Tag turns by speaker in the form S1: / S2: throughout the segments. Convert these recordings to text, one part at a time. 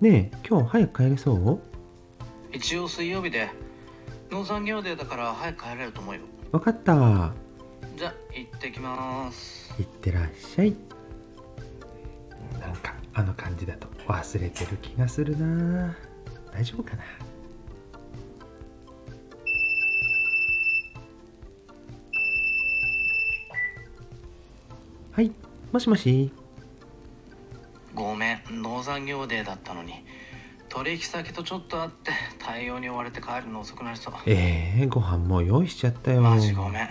S1: ねえ今日早く帰れそう
S2: 一応水曜日で農産業デーだから早く帰れると思うよ
S1: わかった
S2: じゃあ行ってきます
S1: いってらっしゃいなんかあの感じだと忘れてる気がするな大丈夫かなはいもしもし
S2: ごめん農産業デーだったのに取引先とちょっと会って対応に追われて帰るの遅くなりそう
S1: ええご飯もう用意しちゃったよ
S2: マジごめん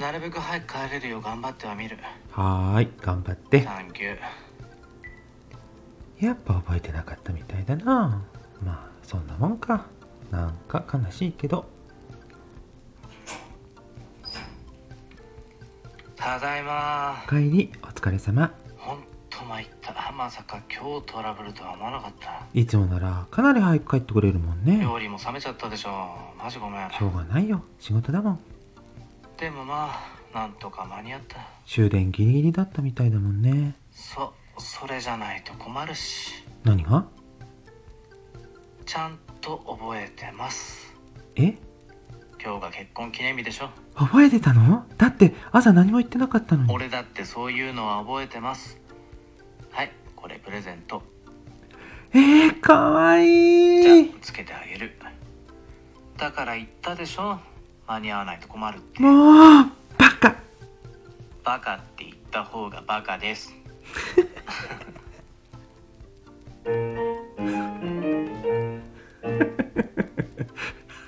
S2: なるべく早く帰れるよう頑張ってはみる
S1: はーい頑張って
S2: サンキュー
S1: やっぱ覚えてなかったみたいだなまあそんなもんかなんか悲しいけど
S2: ただいま
S1: おかえりお疲れ様
S2: ほんと参ったまさか今日トラブルとは思わなかった
S1: いつもならかなり早く帰ってくれるもんね
S2: 料理も冷めちゃったでしょマジごめん
S1: しょうがないよ仕事だもん
S2: でもまあなんとか間に合った
S1: 終電ギリギリだったみたいだもんね
S2: そそれじゃないと困るし
S1: 何が
S2: ちゃんと覚えてます
S1: え
S2: 今日が結婚記念日でしょ
S1: 覚えてたのだって朝何も言ってなかったのに
S2: 俺だってそういうのは覚えてますはいこれプレゼント
S1: えー、かわ
S2: じゃ
S1: いい
S2: あつけてあげるだから言ったでしょ間に合わないと困るって
S1: もうバカ
S2: バカって言った方がバカです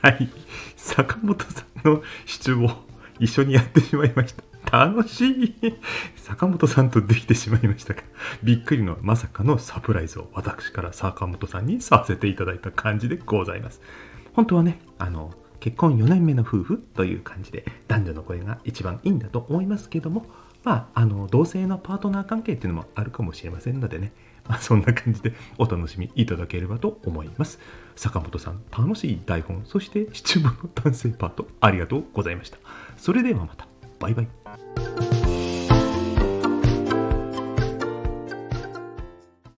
S1: はい坂本さんの主張を一緒にやってしまいました楽しい坂本さんとできてしまいましたがびっくりのまさかのサプライズを私から坂本さんにさせていただいた感じでございます本当はねあの結婚4年目の夫婦という感じで男女の声が一番いいんだと思いますけどもまああの同性のパートナー関係っていうのもあるかもしれませんのでね、まあ、そんな感じでお楽しみいただければと思います坂本さん楽しい台本そして七分の男性パートありがとうございましたそれではまたバイバイ